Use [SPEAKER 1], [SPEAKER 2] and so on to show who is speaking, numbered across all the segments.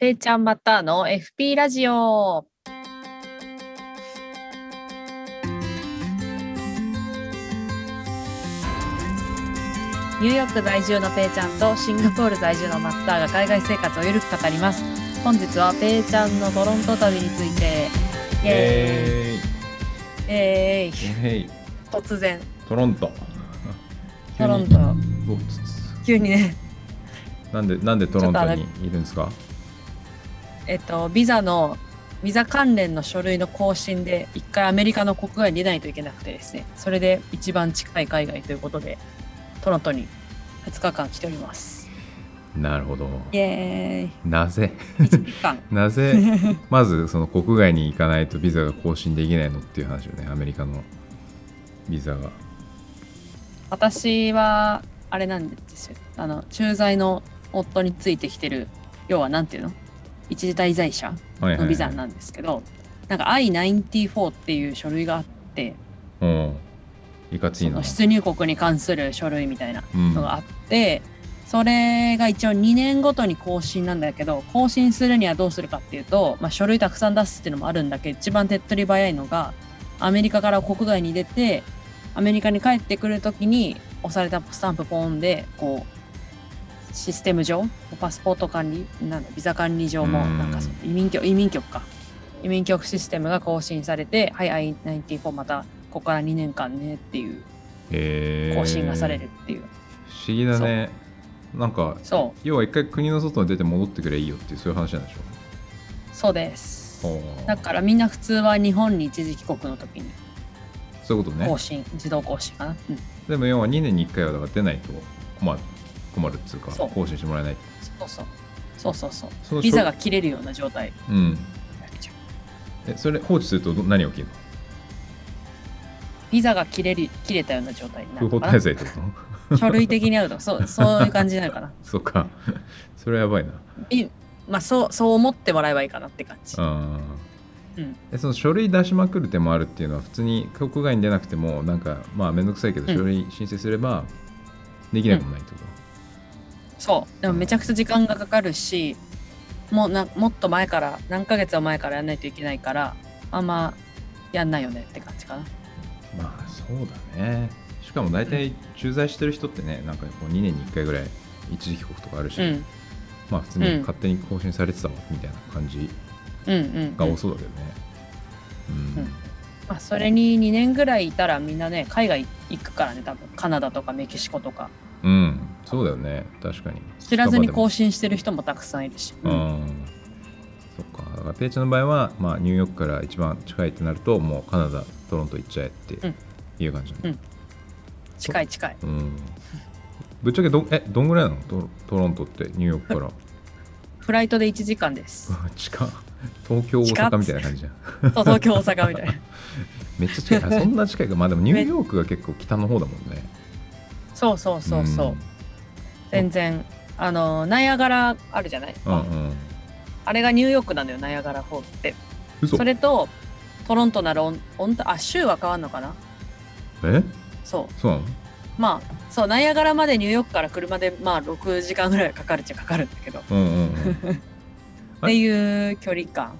[SPEAKER 1] ぺーちゃんバッターの FP ラジオ。ニューヨーク在住のペイちゃんとシンガポール在住のマッターが海外生活をゆるく語ります。本日はペイちゃんのトロント旅について、イエ
[SPEAKER 2] え
[SPEAKER 1] ーイ、え
[SPEAKER 2] ー
[SPEAKER 1] ー
[SPEAKER 2] イえい
[SPEAKER 1] イ突然、
[SPEAKER 2] トロント
[SPEAKER 1] トロント、
[SPEAKER 2] 急にうわつつ
[SPEAKER 1] 急にね、
[SPEAKER 2] なんでなんでトロントにいるんですか
[SPEAKER 1] えっと、ビザの、ビザ関連の書類の更新で、一回アメリカの国外に出ないといけなくてですね、それで一番近い海外ということで、トロントに2日間来ております。
[SPEAKER 2] なるほど
[SPEAKER 1] イエ
[SPEAKER 2] なぜ
[SPEAKER 1] ーイ、1日 間。
[SPEAKER 2] なぜまずその国外に行かないとビザが更新できないのっていう話よねアメリカのビザが
[SPEAKER 1] 私は、あれなんですよ、あの、駐在の夫についてきてる、要はなんていうの一時滞在者
[SPEAKER 2] はい
[SPEAKER 1] のビザ
[SPEAKER 2] な
[SPEAKER 1] なんですけど、なんか I94 っていう書類があって、
[SPEAKER 2] うんいかついな
[SPEAKER 1] 出入国に関する書類みたいな。
[SPEAKER 2] うん
[SPEAKER 1] のがあって、それが一応2年ごとに更新なんだけど更新するにはどうするかっていうと、まあ、書類たくさん出すっていうのもあるんだけど一番手っ取り早いのがアメリカから国外に出てアメリカに帰ってくる時に押されたスタンプポーンでこうシステム上パスポート管理なんだビザ管理上も
[SPEAKER 2] うん
[SPEAKER 1] なんかその移民局移民局か移民局システムが更新されてはい I94 またここから2年間ねっていう
[SPEAKER 2] へー
[SPEAKER 1] 更新がされるっていう、
[SPEAKER 2] 不思議だねなんか
[SPEAKER 1] そう
[SPEAKER 2] 要は一回国の外に出て戻ってくればいいよっていうそういう話なんでし
[SPEAKER 1] そうです
[SPEAKER 2] ょほう
[SPEAKER 1] だからみんな普通は日本に一時帰国の時に
[SPEAKER 2] そういうことね
[SPEAKER 1] 更新、自動更新かな、うん、
[SPEAKER 2] でも要は2年に1回はだから出ないと困る困るっつうか
[SPEAKER 1] そう
[SPEAKER 2] 更新してもらえない
[SPEAKER 1] そうそうそうそうそう
[SPEAKER 2] その
[SPEAKER 1] ビザが切れるような状態
[SPEAKER 2] うんえそれ放置するとど何が起きるの
[SPEAKER 1] ビザが切れる切れたような状態にな
[SPEAKER 2] 不
[SPEAKER 1] る
[SPEAKER 2] 法
[SPEAKER 1] のか
[SPEAKER 2] 滞
[SPEAKER 1] な
[SPEAKER 2] 在ってこと
[SPEAKER 1] 書類的にあるとそうそういう感じになるかな
[SPEAKER 2] そうか それはやばいな
[SPEAKER 1] ビまあそうそう思ってもらえばいいかなって感じ
[SPEAKER 2] あー
[SPEAKER 1] うん
[SPEAKER 2] えその書類出しまくる手もあるっていうのは普通に国外に出なくてもなんかまあ面倒くさいけど
[SPEAKER 1] うん
[SPEAKER 2] 書類申請すればできないもんないってこと、
[SPEAKER 1] そうでもめちゃくちゃ時間がかかるしもうなもっと前から何ヶ月は前からやんないといけないからあんまやんないよねって感じかな
[SPEAKER 2] まあそうだねしかも大体駐在してる人ってねなんかこう2年に1回ぐらい一時帰国とかあるし、
[SPEAKER 1] うん
[SPEAKER 2] まあ普通
[SPEAKER 1] う
[SPEAKER 2] に
[SPEAKER 1] ん
[SPEAKER 2] 勝手に更新されてたわみたいな感じ
[SPEAKER 1] うんうん、
[SPEAKER 2] が
[SPEAKER 1] うん
[SPEAKER 2] 多、そうだけどね。うん
[SPEAKER 1] うんまあ、それに2年ぐらいいたらみんなね海外行くからね多分カナダとかメキシコとか
[SPEAKER 2] うん、そうだよね確かに。
[SPEAKER 1] 知らずに
[SPEAKER 2] 近場
[SPEAKER 1] 更新してる人もたくさんいるし、
[SPEAKER 2] でもうんそっかだからペイちゃんの場合は、まあ、ニューヨークから一番近いってなるともうカナダトロント行っちゃえっていう感じなんだ、
[SPEAKER 1] 近い近い
[SPEAKER 2] うんぶっちゃけどえどんぐらいなのトトロントってニューヨークから
[SPEAKER 1] フライトで1時間です
[SPEAKER 2] うわ近っ東京大
[SPEAKER 1] 近っ
[SPEAKER 2] 阪みたいな感じじゃん
[SPEAKER 1] そう 東京大阪みたいな
[SPEAKER 2] めっちゃ近いあそんな近いか まあでもニューヨークが結構北の方だもんね
[SPEAKER 1] そうそうそうそう、全然あのナイアガラあるじゃない、
[SPEAKER 2] うんうんうん
[SPEAKER 1] あれがニューヨークなのよナイアガラフォールって
[SPEAKER 2] 嘘
[SPEAKER 1] それとトロントならオンオンタあ州は変わんのかな
[SPEAKER 2] え
[SPEAKER 1] そ
[SPEAKER 2] そうなの
[SPEAKER 1] うまあそうナイアガラまでニューヨークから車でまあ6時間ぐらいかかるっちゃかかるんだけど
[SPEAKER 2] うんうんうん
[SPEAKER 1] っ
[SPEAKER 2] はい
[SPEAKER 1] ていう距離感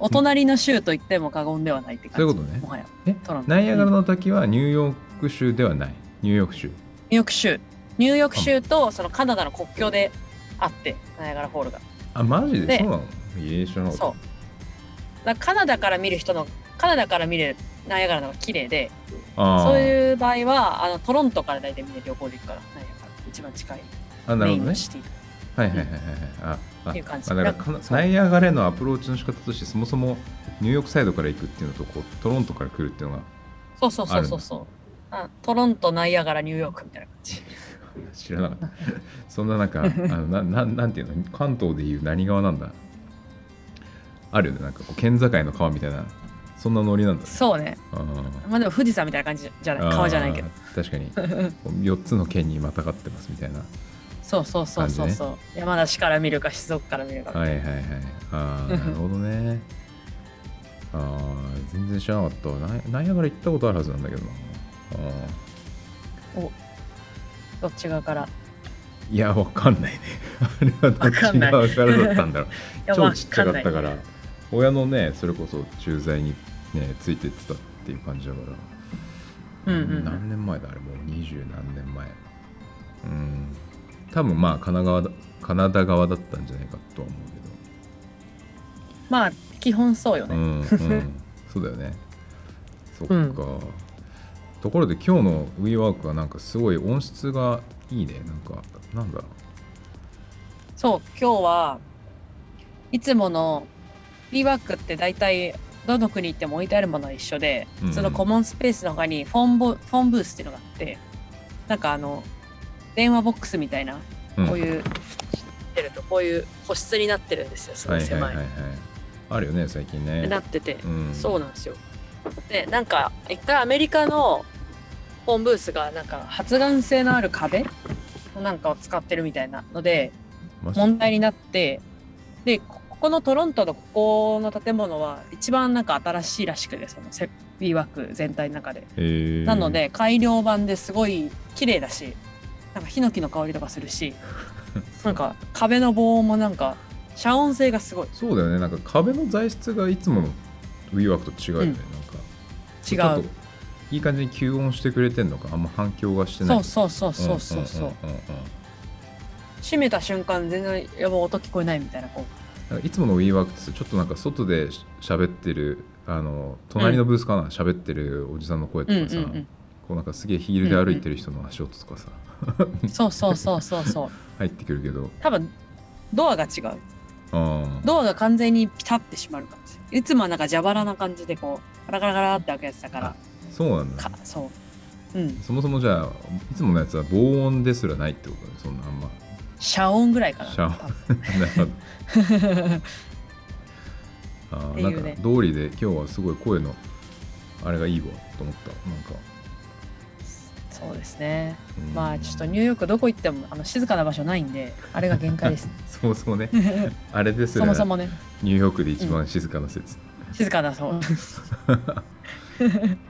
[SPEAKER 1] お隣の州と言っても過言ではないって感じ
[SPEAKER 2] そういうことね
[SPEAKER 1] もはや
[SPEAKER 2] え
[SPEAKER 1] トロント
[SPEAKER 2] ナイアガラの滝はニューヨーク州ではない。ニューヨーク州。
[SPEAKER 1] ニューヨーク州ニューヨーク州とそのカナダの国境であってナイアガラフォールが
[SPEAKER 2] あ、マジで
[SPEAKER 1] で
[SPEAKER 2] そうなのええ、知らなかった。
[SPEAKER 1] そうだからカナダから見る人のカナダから見るナイアガラの方が綺麗で
[SPEAKER 2] あー
[SPEAKER 1] そういう場合はあのトロントから大体みんな旅行で行くからナイアガラ一番近い
[SPEAKER 2] あ、
[SPEAKER 1] メ
[SPEAKER 2] なる
[SPEAKER 1] イ
[SPEAKER 2] ほど
[SPEAKER 1] ン
[SPEAKER 2] ね
[SPEAKER 1] の。シティ
[SPEAKER 2] はいはいはいはいはい。あ、あ
[SPEAKER 1] っていう感じ
[SPEAKER 2] あだからかな
[SPEAKER 1] そう
[SPEAKER 2] ナイアガラへのアプローチの仕方として、そもそもニューヨークサイドから行くっていうのと、こうトロントから来るっていうのが
[SPEAKER 1] そうそうそうそうそうあトロントナイアガラニューヨークみたいな感じ
[SPEAKER 2] 知らな かった。そんななんか、あのなななんていうの、関東でいう何川なんだあるよね、なんかこう県境の川みたいな、そんなノリなんだ。
[SPEAKER 1] そうね
[SPEAKER 2] あー
[SPEAKER 1] まあでも富士山みたいな感じじゃない川じゃないけど
[SPEAKER 2] あー確かに4つの県にまたがってますみたいな
[SPEAKER 1] そうそうそうそうそう、山梨から見るか静岡から見るか、
[SPEAKER 2] はいはいはいあ あなるほどねあー全然知らなかったナイナイアガラ行ったことあるはずなんだけどなあ
[SPEAKER 1] どっち側から
[SPEAKER 2] いやわかんないね あれはどっち
[SPEAKER 1] わかんない
[SPEAKER 2] 側からだったんだろう
[SPEAKER 1] や
[SPEAKER 2] 超
[SPEAKER 1] わ
[SPEAKER 2] ちっちゃか
[SPEAKER 1] んな
[SPEAKER 2] っ
[SPEAKER 1] い
[SPEAKER 2] たから親のねそれこそ駐在にねついてってたっていう感じだから
[SPEAKER 1] うんうんうん
[SPEAKER 2] 何年前だあれもう二十何年前うん多分まあ神奈川だカナダ側だったんじゃないかとは思うけ
[SPEAKER 1] まあ基本そうよ
[SPEAKER 2] ど、
[SPEAKER 1] ね、
[SPEAKER 2] うんうんそうだよねそっか、
[SPEAKER 1] うん
[SPEAKER 2] ところで今日の WeWork はなんかすごい音質がいいねなんかなんだ
[SPEAKER 1] そう今日はいつものリーワークって大体どの国行っても置いてあるものは一緒で、
[SPEAKER 2] うんうん
[SPEAKER 1] そのコモンスペースの他にフォンボフォンブースっていうのがあってなんかあの電話ボックスみたいな
[SPEAKER 2] うん
[SPEAKER 1] こういう、知ってるとこういう個室になってるんですよすごい狭い,、
[SPEAKER 2] はいはいはいはい、あるよね最近ね
[SPEAKER 1] なってて、
[SPEAKER 2] うん、
[SPEAKER 1] そうなんですよでなんか一回アメリカのフォンブースがなんか発がん性のある壁なんかを使ってるみたいなので
[SPEAKER 2] マジ
[SPEAKER 1] 問題になってでこここのトロントのここの建物は一番なんか新しいらしくてそのセビーワーク全体の中で、
[SPEAKER 2] えー
[SPEAKER 1] なので改良版ですごい綺麗だしなんかヒノキの香りとかする しなんか壁の防音もなんか遮音性がすごい
[SPEAKER 2] そうだよねなんか壁の材質がいつもの WeWork と違うよね、
[SPEAKER 1] うん
[SPEAKER 2] なんか
[SPEAKER 1] 違
[SPEAKER 2] ちょ
[SPEAKER 1] う
[SPEAKER 2] っといい感じに吸音してくれてんのかあんま反響がしてな
[SPEAKER 1] そ
[SPEAKER 2] いう
[SPEAKER 1] そうそうそうそうそう,、
[SPEAKER 2] んんんうんうん
[SPEAKER 1] 閉めた瞬間全然やばい音聞こえないみたいなこう
[SPEAKER 2] なんかいつもの WeWork ってちょっとなんか外でし喋ってるあの隣のブースかな喋、ってるおじさんの声と
[SPEAKER 1] うん
[SPEAKER 2] か
[SPEAKER 1] う
[SPEAKER 2] さ、
[SPEAKER 1] ん
[SPEAKER 2] こうなんかすげえヒールで歩いてる人の足音とかさ、
[SPEAKER 1] うん そうそうそうそうそう
[SPEAKER 2] 入ってくるけど
[SPEAKER 1] 多分ドアが違う
[SPEAKER 2] あー
[SPEAKER 1] ドアが完全にピタって閉まる感じいつもはなんか蛇腹な感じでこうガラガラガラって開くやつだから
[SPEAKER 2] そうなんだ
[SPEAKER 1] かそううん
[SPEAKER 2] そもそもじゃあいつものやつは防音ですらないってことねそんなあんま
[SPEAKER 1] 遮音ぐらいかな
[SPEAKER 2] 遮音なるほどあ
[SPEAKER 1] っ
[SPEAKER 2] ー
[SPEAKER 1] てい
[SPEAKER 2] な
[SPEAKER 1] うんね
[SPEAKER 2] か道理で今日はすごい声のあれがいいわと思ったなんか、
[SPEAKER 1] そうですね
[SPEAKER 2] うん
[SPEAKER 1] まあちょっとニューヨークどこ行ってもあの静かな場所ないんであれが限界です
[SPEAKER 2] そもそもねあれです
[SPEAKER 1] そ
[SPEAKER 2] ら
[SPEAKER 1] もそもね
[SPEAKER 2] ニューヨークで一番静かな説、
[SPEAKER 1] 静かなそう、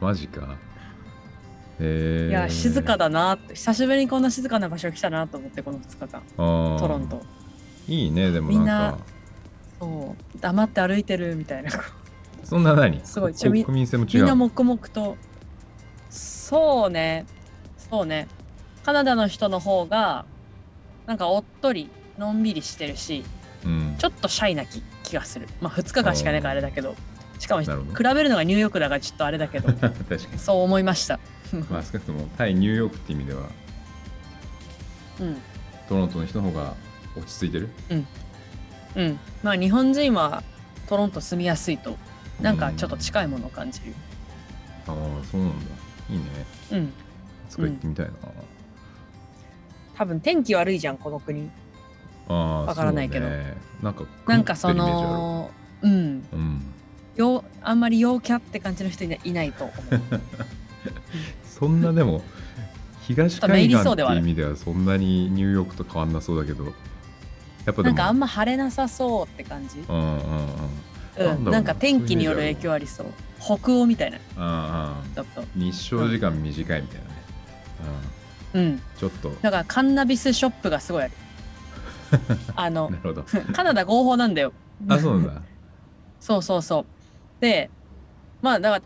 [SPEAKER 2] マジかえー、
[SPEAKER 1] いや静かだなって久しぶりにこんな静かな場所来たなと思ってこの2日間
[SPEAKER 2] あー
[SPEAKER 1] トロント
[SPEAKER 2] いいねでもなんか
[SPEAKER 1] みんなそう黙って歩いてるみたいな
[SPEAKER 2] そんな何
[SPEAKER 1] すごいちょみ
[SPEAKER 2] 国民性も違
[SPEAKER 1] み
[SPEAKER 2] うん
[SPEAKER 1] な黙々とそうねそうねカナダの人の方がなんかおっとりのんびりしてるし
[SPEAKER 2] うん
[SPEAKER 1] ちょっとシャイな気気がするまあ2日間しかないからあれだけどしかも比
[SPEAKER 2] なるほど
[SPEAKER 1] べるのがニューヨークだからちょっとあれだ けど
[SPEAKER 2] 確かに
[SPEAKER 1] そう思いました
[SPEAKER 2] まあ少なくとも対ニューヨークって意味では
[SPEAKER 1] うん
[SPEAKER 2] トロントの人の方が落ち着いてる
[SPEAKER 1] うんまあ日本人はトロント住みやすいとなんかちょっと近いものを感じる
[SPEAKER 2] ああそうなんだいいね
[SPEAKER 1] うん
[SPEAKER 2] そこ行ってみたいな、
[SPEAKER 1] 多分天気悪いじゃんこの国
[SPEAKER 2] ああ
[SPEAKER 1] わからないけど
[SPEAKER 2] そうね、なんか
[SPEAKER 1] なんかそ
[SPEAKER 2] 曇ってるイメージある
[SPEAKER 1] のうん
[SPEAKER 2] うん
[SPEAKER 1] ようあんまり陽キャって感じの人いないいないと思う
[SPEAKER 2] そんな でも東
[SPEAKER 1] ちょっとメイ
[SPEAKER 2] 海
[SPEAKER 1] リ
[SPEAKER 2] 岸っ
[SPEAKER 1] ーそうで
[SPEAKER 2] て
[SPEAKER 1] はあ
[SPEAKER 2] いう
[SPEAKER 1] る
[SPEAKER 2] 意味ではそんなにニューヨークと変わんなそうだけどやっぱで
[SPEAKER 1] な
[SPEAKER 2] も
[SPEAKER 1] んかあんま晴れなさそうって感じ、
[SPEAKER 2] うんうんうんあ
[SPEAKER 1] う、
[SPEAKER 2] なんだろうんな
[SPEAKER 1] なんか天気による影響ありそう北欧みたいな
[SPEAKER 2] あ
[SPEAKER 1] ちょっと
[SPEAKER 2] 日照時間短いみたいなね、
[SPEAKER 1] うん
[SPEAKER 2] うん、ちょっと
[SPEAKER 1] だからカンナビスショップがすごいあるあの
[SPEAKER 2] なるほど
[SPEAKER 1] カナダ合法なんだよ
[SPEAKER 2] あそう なんだ
[SPEAKER 1] そうそうそうでまあだから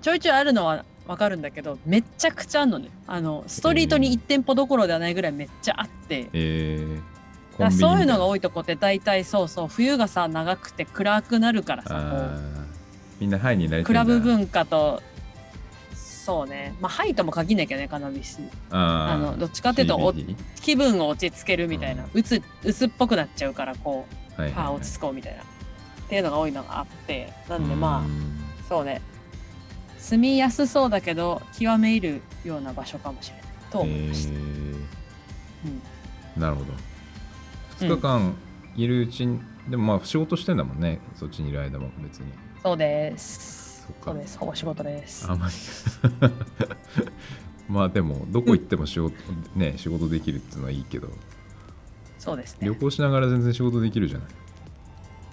[SPEAKER 1] ちょいちょいあるのはわかるんだけどめっちゃくちゃあるのねあのストリートに1店舗どころではないぐらいめっちゃあって、
[SPEAKER 2] えー、
[SPEAKER 1] だからそういうのが
[SPEAKER 2] 多い
[SPEAKER 1] 多いとこって大体そうそう冬がさ長くて暗くなるからさこう
[SPEAKER 2] あーみんなハイになりた
[SPEAKER 1] ク
[SPEAKER 2] いんだ
[SPEAKER 1] ラブ文化とそうねまあハイとも限らないけどねカナビス
[SPEAKER 2] あ
[SPEAKER 1] あのどっちかっていうとお
[SPEAKER 2] CBD
[SPEAKER 1] 気分を落ち着けるみたいな
[SPEAKER 2] うん
[SPEAKER 1] うつうつっぽくなっちゃうからこう
[SPEAKER 2] はいはいはい
[SPEAKER 1] あー落ち着こうみたいなっていうのが多いのがあってなんで
[SPEAKER 2] う
[SPEAKER 1] ま
[SPEAKER 2] ん
[SPEAKER 1] あそうね住みやすそうだけど極め入るような場所かもしれないと思いました、
[SPEAKER 2] えー
[SPEAKER 1] うん
[SPEAKER 2] なるほど2日間いるうちに、でもまあ仕事してんだもんねそっちにいる間も別に
[SPEAKER 1] そうです
[SPEAKER 2] そっか
[SPEAKER 1] そうですほぼ仕事です
[SPEAKER 2] あんまり まあでもどこ行っても仕事,、ね、仕事できるっていうのはいいけど
[SPEAKER 1] そうですね
[SPEAKER 2] 旅行しながら全然仕事できるじゃない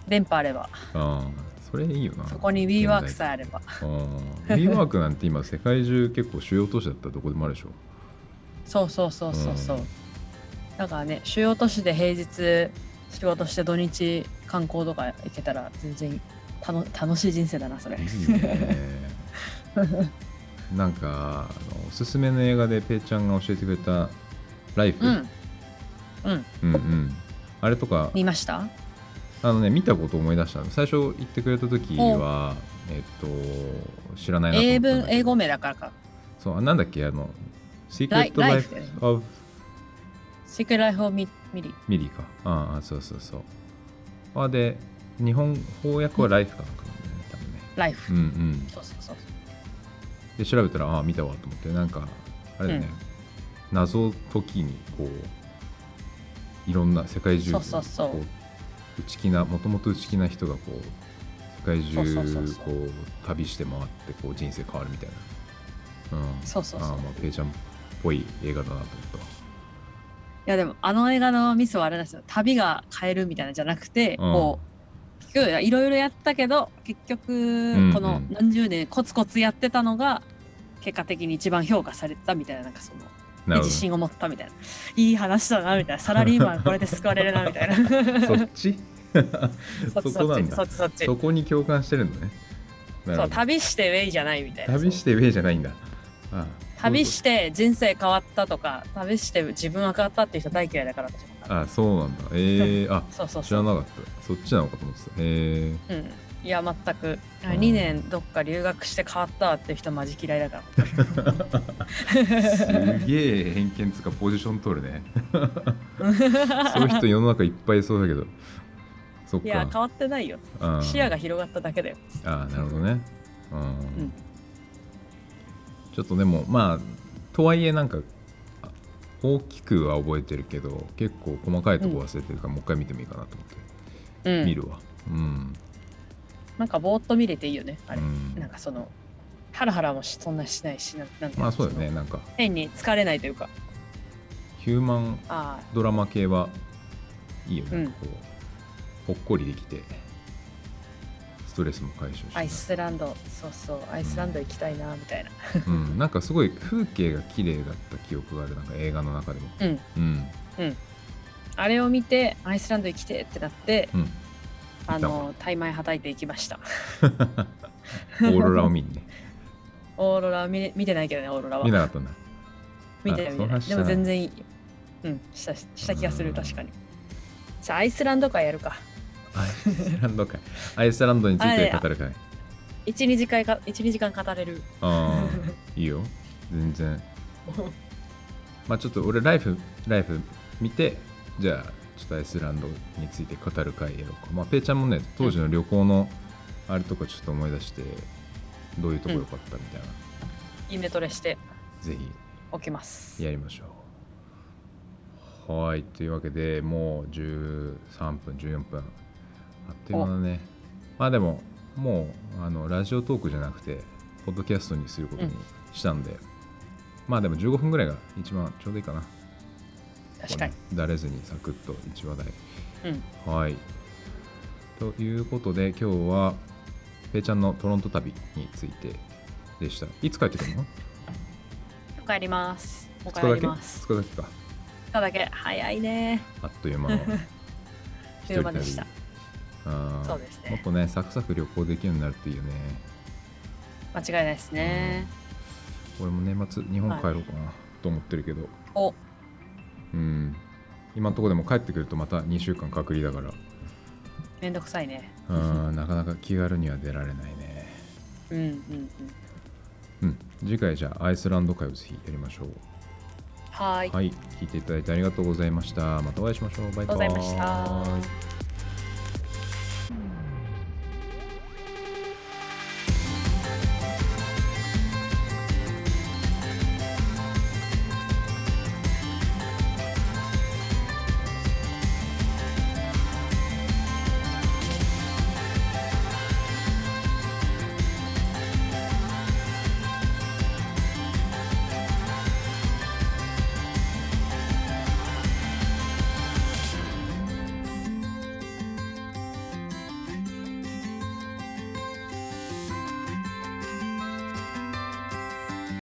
[SPEAKER 1] 電波あれば
[SPEAKER 2] ああそれいいよな
[SPEAKER 1] そこに WeWork さえあれば
[SPEAKER 2] ああ WeWork なんて今世界中結構主要都市だったらどこでもあるでしょ
[SPEAKER 1] そうそうそうそうそう、
[SPEAKER 2] うん
[SPEAKER 1] だからね主要都市で平日仕事して土日観光とか行けたら全然たの楽しい人生だなそれ
[SPEAKER 2] いい ねなんかあのおすすめの映画でペイちゃんが教えてくれた「ライフ、
[SPEAKER 1] うん
[SPEAKER 2] うんうんあれとか
[SPEAKER 1] 見ました
[SPEAKER 2] あのね見たこと思い出したの最初言ってくれた時はえっと知らないなと思
[SPEAKER 1] 英
[SPEAKER 2] ったんだ
[SPEAKER 1] 文
[SPEAKER 2] けど
[SPEAKER 1] 英語名だからか
[SPEAKER 2] そうあなんだっけあの「シークレット・
[SPEAKER 1] ライ
[SPEAKER 2] ラ
[SPEAKER 1] ライ
[SPEAKER 2] イ
[SPEAKER 1] フ
[SPEAKER 2] フ
[SPEAKER 1] だよね・
[SPEAKER 2] オブ・
[SPEAKER 1] 「シークレライフを見見り
[SPEAKER 2] ミリーかああそうそうそうあで日本翻訳は「ライフ」かなんかなんだよね多分ね
[SPEAKER 1] ライフ、
[SPEAKER 2] うんうん
[SPEAKER 1] そうそうそう
[SPEAKER 2] で調べたらああ見たわと思ってなんかあれだね、謎解きにこういろんな世界中
[SPEAKER 1] そうそうそう
[SPEAKER 2] こう内気なもともと内気な人がこう世界
[SPEAKER 1] そう
[SPEAKER 2] 中
[SPEAKER 1] そうそうそう
[SPEAKER 2] こう旅して回ってこう人生変わるみたいな、うん、
[SPEAKER 1] そうそう
[SPEAKER 2] あ
[SPEAKER 1] そ
[SPEAKER 2] あ
[SPEAKER 1] うい
[SPEAKER 2] まあペイちゃんっぽい映画だなと思ったわ
[SPEAKER 1] やでもあの映画のミスはあれなんですよ旅が変えるみたいなのじゃなくて、
[SPEAKER 2] うん
[SPEAKER 1] こう結局いろいろやったけど結
[SPEAKER 2] んう
[SPEAKER 1] 局
[SPEAKER 2] ん
[SPEAKER 1] この何十年コツコツやってたのが結果的に一番評価されたみたいななんかその
[SPEAKER 2] な
[SPEAKER 1] で
[SPEAKER 2] るほ
[SPEAKER 1] 自信を持ったみたいないい話だなみたいなサラリーマンこれで救われるなみたいな
[SPEAKER 2] どそっち
[SPEAKER 1] そっち
[SPEAKER 2] そこ
[SPEAKER 1] そっ
[SPEAKER 2] なん
[SPEAKER 1] ちそ
[SPEAKER 2] だ
[SPEAKER 1] っちそっち
[SPEAKER 2] そこに共感してるのね
[SPEAKER 1] そ
[SPEAKER 2] なるほ
[SPEAKER 1] う
[SPEAKER 2] ど
[SPEAKER 1] 旅してウェイじゃないみたいな
[SPEAKER 2] 旅して上じゃないんだああ
[SPEAKER 1] 旅して人生変わったとか旅して自分は変わったっていう人大嫌いだから私も
[SPEAKER 2] ああそうなんだええあ
[SPEAKER 1] そうそう
[SPEAKER 2] 知
[SPEAKER 1] そ
[SPEAKER 2] ら
[SPEAKER 1] う、
[SPEAKER 2] なかったそっちなのかと思ってたえ
[SPEAKER 1] うん、いや全く
[SPEAKER 2] うん
[SPEAKER 1] 2年どっか留学して変わったわっていう人マジ嫌いだから
[SPEAKER 2] ー、すげえ偏見つうかポジション取る ねそういう人世の中いっぱいいそうだけどそっ
[SPEAKER 1] いや変
[SPEAKER 2] か
[SPEAKER 1] わってないよ
[SPEAKER 2] あ
[SPEAKER 1] 視野が広がっただけだよ
[SPEAKER 2] ああなるほどねうん、
[SPEAKER 1] ん
[SPEAKER 2] ちょっとでもまあとはいえなんかあ大きくは覚えてるけど結構細かいとこ忘れてるから、もう一回見てもいいかなと思って、
[SPEAKER 1] う
[SPEAKER 2] 見
[SPEAKER 1] ん
[SPEAKER 2] るわうん、
[SPEAKER 1] なんかぼーっと見れていいよねあれ
[SPEAKER 2] うん
[SPEAKER 1] なんかそのハラハラもしそんなしないしなんなんていの
[SPEAKER 2] まあそうだよねなんか
[SPEAKER 1] 変に疲れないというか
[SPEAKER 2] ヒューマン
[SPEAKER 1] あ
[SPEAKER 2] ドラマ系はいいよね、
[SPEAKER 1] うん
[SPEAKER 2] なんかこうほっこりできてストレスも解消し
[SPEAKER 1] あアイスランドそうそうアイスランド行きたいなみたいな
[SPEAKER 2] うん、なんかすごい風景が綺麗だった記憶があるなんか映画の中でも
[SPEAKER 1] うん
[SPEAKER 2] うん
[SPEAKER 1] あれを見てアイスランド行きてってなって
[SPEAKER 2] うん
[SPEAKER 1] あの大枚はたいていきました
[SPEAKER 2] オーロラを見にね
[SPEAKER 1] オーロラは見れ見てないけどねオーロラは
[SPEAKER 2] 見なか ったんだ
[SPEAKER 1] 見てない
[SPEAKER 2] あ
[SPEAKER 1] 見て
[SPEAKER 2] その
[SPEAKER 1] ない
[SPEAKER 2] 話
[SPEAKER 1] でも全然いいうんしたした気がす
[SPEAKER 2] う
[SPEAKER 1] る
[SPEAKER 2] ん
[SPEAKER 1] 確かにじゃあアイスランド会やるか
[SPEAKER 2] アイスランドかアイスランドについて語るかい
[SPEAKER 1] 12時間か一二時間語れ る
[SPEAKER 2] ああいいよ全然まあちょっと俺ライフライフ見てじゃあちょっとアイスランドについて語る会やろうかまあペイちゃんもね当時の旅行のあれとかちょっと思い出してどういうとこ良かったみたいな、
[SPEAKER 1] 夢トレして
[SPEAKER 2] ぜ
[SPEAKER 1] おきます
[SPEAKER 2] ひやりましょうはいというわけでもう13分14分あっという間だねまあでももうあのラジオトークじゃなくてポッドキャストにすることにしたんで、まあでも15分ぐらいが一番ちょうどいいかな
[SPEAKER 1] 確かに
[SPEAKER 2] だれずにサクッと一話題
[SPEAKER 1] うん
[SPEAKER 2] はいということで今日はペイちゃんのトロント旅についてでしたいつ帰ってくるの
[SPEAKER 1] お帰りますお
[SPEAKER 2] 2
[SPEAKER 1] 帰
[SPEAKER 2] 日だ
[SPEAKER 1] り
[SPEAKER 2] け
[SPEAKER 1] ます
[SPEAKER 2] 2日だけか
[SPEAKER 1] 2日だけ早いね
[SPEAKER 2] あっとい う間の
[SPEAKER 1] という間でした
[SPEAKER 2] あー
[SPEAKER 1] そうですね
[SPEAKER 2] もっとねサクサク旅行できるようになるといいよね
[SPEAKER 1] 間違いないですね
[SPEAKER 2] 俺も年末日本帰ろうかなと思ってるけど、
[SPEAKER 1] お
[SPEAKER 2] うん今のところでも帰ってくるとまた2週間隔離だから
[SPEAKER 1] めんどくさいね
[SPEAKER 2] あーなかなか気軽には出られないね
[SPEAKER 1] うんうんうん
[SPEAKER 2] うん次回じゃあアイスランド会をぜひやりましょう
[SPEAKER 1] はーい
[SPEAKER 2] はい、聞いていただいてありがとうございましたまたお会いしましょうバイ
[SPEAKER 1] ありがとう
[SPEAKER 2] バイ
[SPEAKER 1] ございました。